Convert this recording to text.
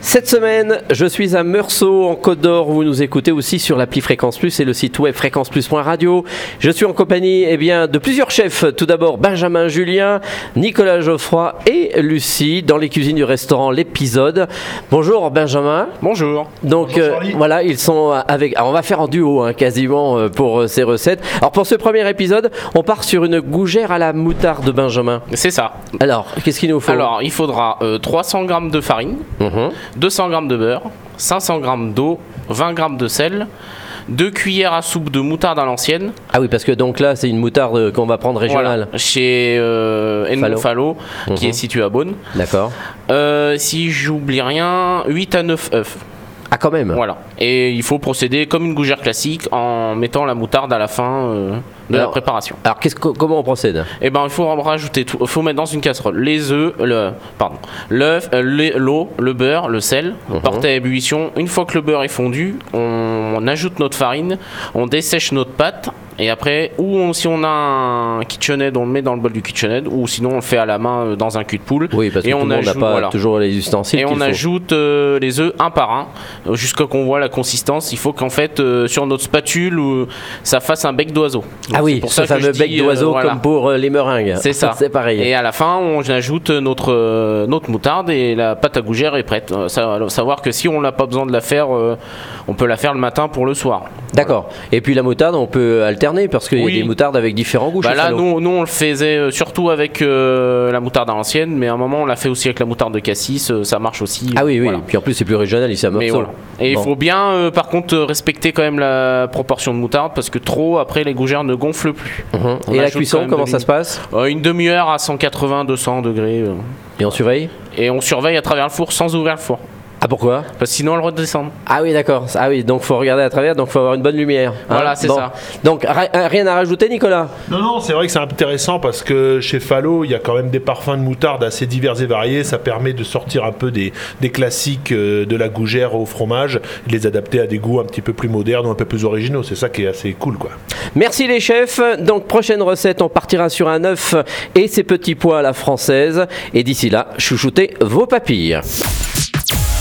Cette semaine, je suis à Meursault, en Côte d'Or. Vous nous écoutez aussi sur l'appli Fréquence Plus et le site web fréquenceplus.radio. Je suis en compagnie eh bien, de plusieurs chefs. Tout d'abord, Benjamin Julien, Nicolas Geoffroy et Lucie dans les cuisines du restaurant L'Épisode. Bonjour Benjamin. Bonjour. Donc Bonjour, euh, Charlie. voilà, ils sont euh, avec. alors, on va faire en duo hein, quasiment euh, pour euh, ces recettes. Alors pour ce premier épisode, on part sur une gougère à la moutarde, Benjamin. C'est ça. Alors, qu'est-ce qu'il nous faut Alors, il faudra euh, 300 g de farine, Mhm. 200 g de beurre, 500 g d'eau, 20 g de sel, 2 cuillères à soupe de moutarde à l'ancienne, Ah oui, parce que donc là, c'est une moutarde euh, qu'on va prendre régionale. Voilà. chez euh, Edmond Fallot, qui Mhm. est situé à Beaune. D'accord. Euh, si j'oublie rien, 8 à 9 œufs. Ah quand même. Voilà. Et il faut procéder comme une gougère classique en mettant la moutarde à la fin euh, de la Alors- préparation. Alors qu'est-ce que- comment on procède Et ben il faut en rajouter tout, faut mettre dans une casserole les œufs, le pardon, l'œuf, euh, les- l'eau, le beurre, le sel, Mhm. porter à ébullition. Une fois que le beurre est fondu, on, on ajoute notre farine, on dessèche notre pâte et après ou on- si on a un KitchenAid, on le met dans le bol du KitchenAid ou sinon on le fait à la main euh, dans un cul de poule. Oui, parce que et tout on le monde n'a ajoute- pas voilà. toujours les ustensiles Et qu'il on faut. ajoute euh, les œufs un par un euh, jusqu'à qu'on voit la consistance. Il faut qu'en fait euh, sur notre spatule euh, ça fasse un bec d'oiseau. Donc, Ah c'est oui, pour ce ça que je fameux dis, bec euh, d'oiseau voilà. comme pour euh, les meringues. C'est ça. C'est pareil. Et à la fin, on ajoute notre, euh, notre moutarde et la pâte à gougère est prête. Euh, ça- alors, savoir que si on n'a pas besoin de la faire, euh, on peut la faire le matin pour le soir. D'accord. Et puis la moutarde, on peut alterner parce qu'il euh, Oui. y a des moutardes avec différents goûts. Bah chez là, Fallot. nous, nous, on le faisait euh, surtout avec euh, la moutarde à l'ancienne, mais à un moment, on l'a fait aussi avec la moutarde de cassis. euh, ça marche aussi. Ah oui, oui. Voilà. Puis en plus, c'est plus régional ici à Mais Meursault. voilà. Et Bon. il faut bien, euh, par contre, euh, respecter quand même la proportion de moutarde parce que trop, après, les gougères ne gonflent plus. Mhm. On Et la ajoute quand cuisson, même comment de ça l'huile. se passe Euh, une demi-heure à 180-200 degrés. euh, Et on surveille et on surveille à travers le four sans ouvrir le four. Ah pourquoi Parce que sinon, elle redescend. Ah oui, d'accord. Ah oui, donc faut regarder à travers, donc faut avoir une bonne lumière. hein. Voilà, c'est Bon. ça. Donc ra- euh, rien à rajouter, Nicolas Non, non, c'est vrai que c'est intéressant parce que chez Fallot, il y a quand même des parfums de moutarde assez divers et variés. Ça permet de sortir un peu des, des classiques euh, de la gougère au fromage, de les adapter à des goûts un petit peu plus modernes ou un peu plus originaux. C'est ça qui est assez cool, quoi. Merci les chefs. Donc prochaine recette, on partira sur un œuf et ses petits pois à la française. Et d'ici là, chouchoutez vos papilles.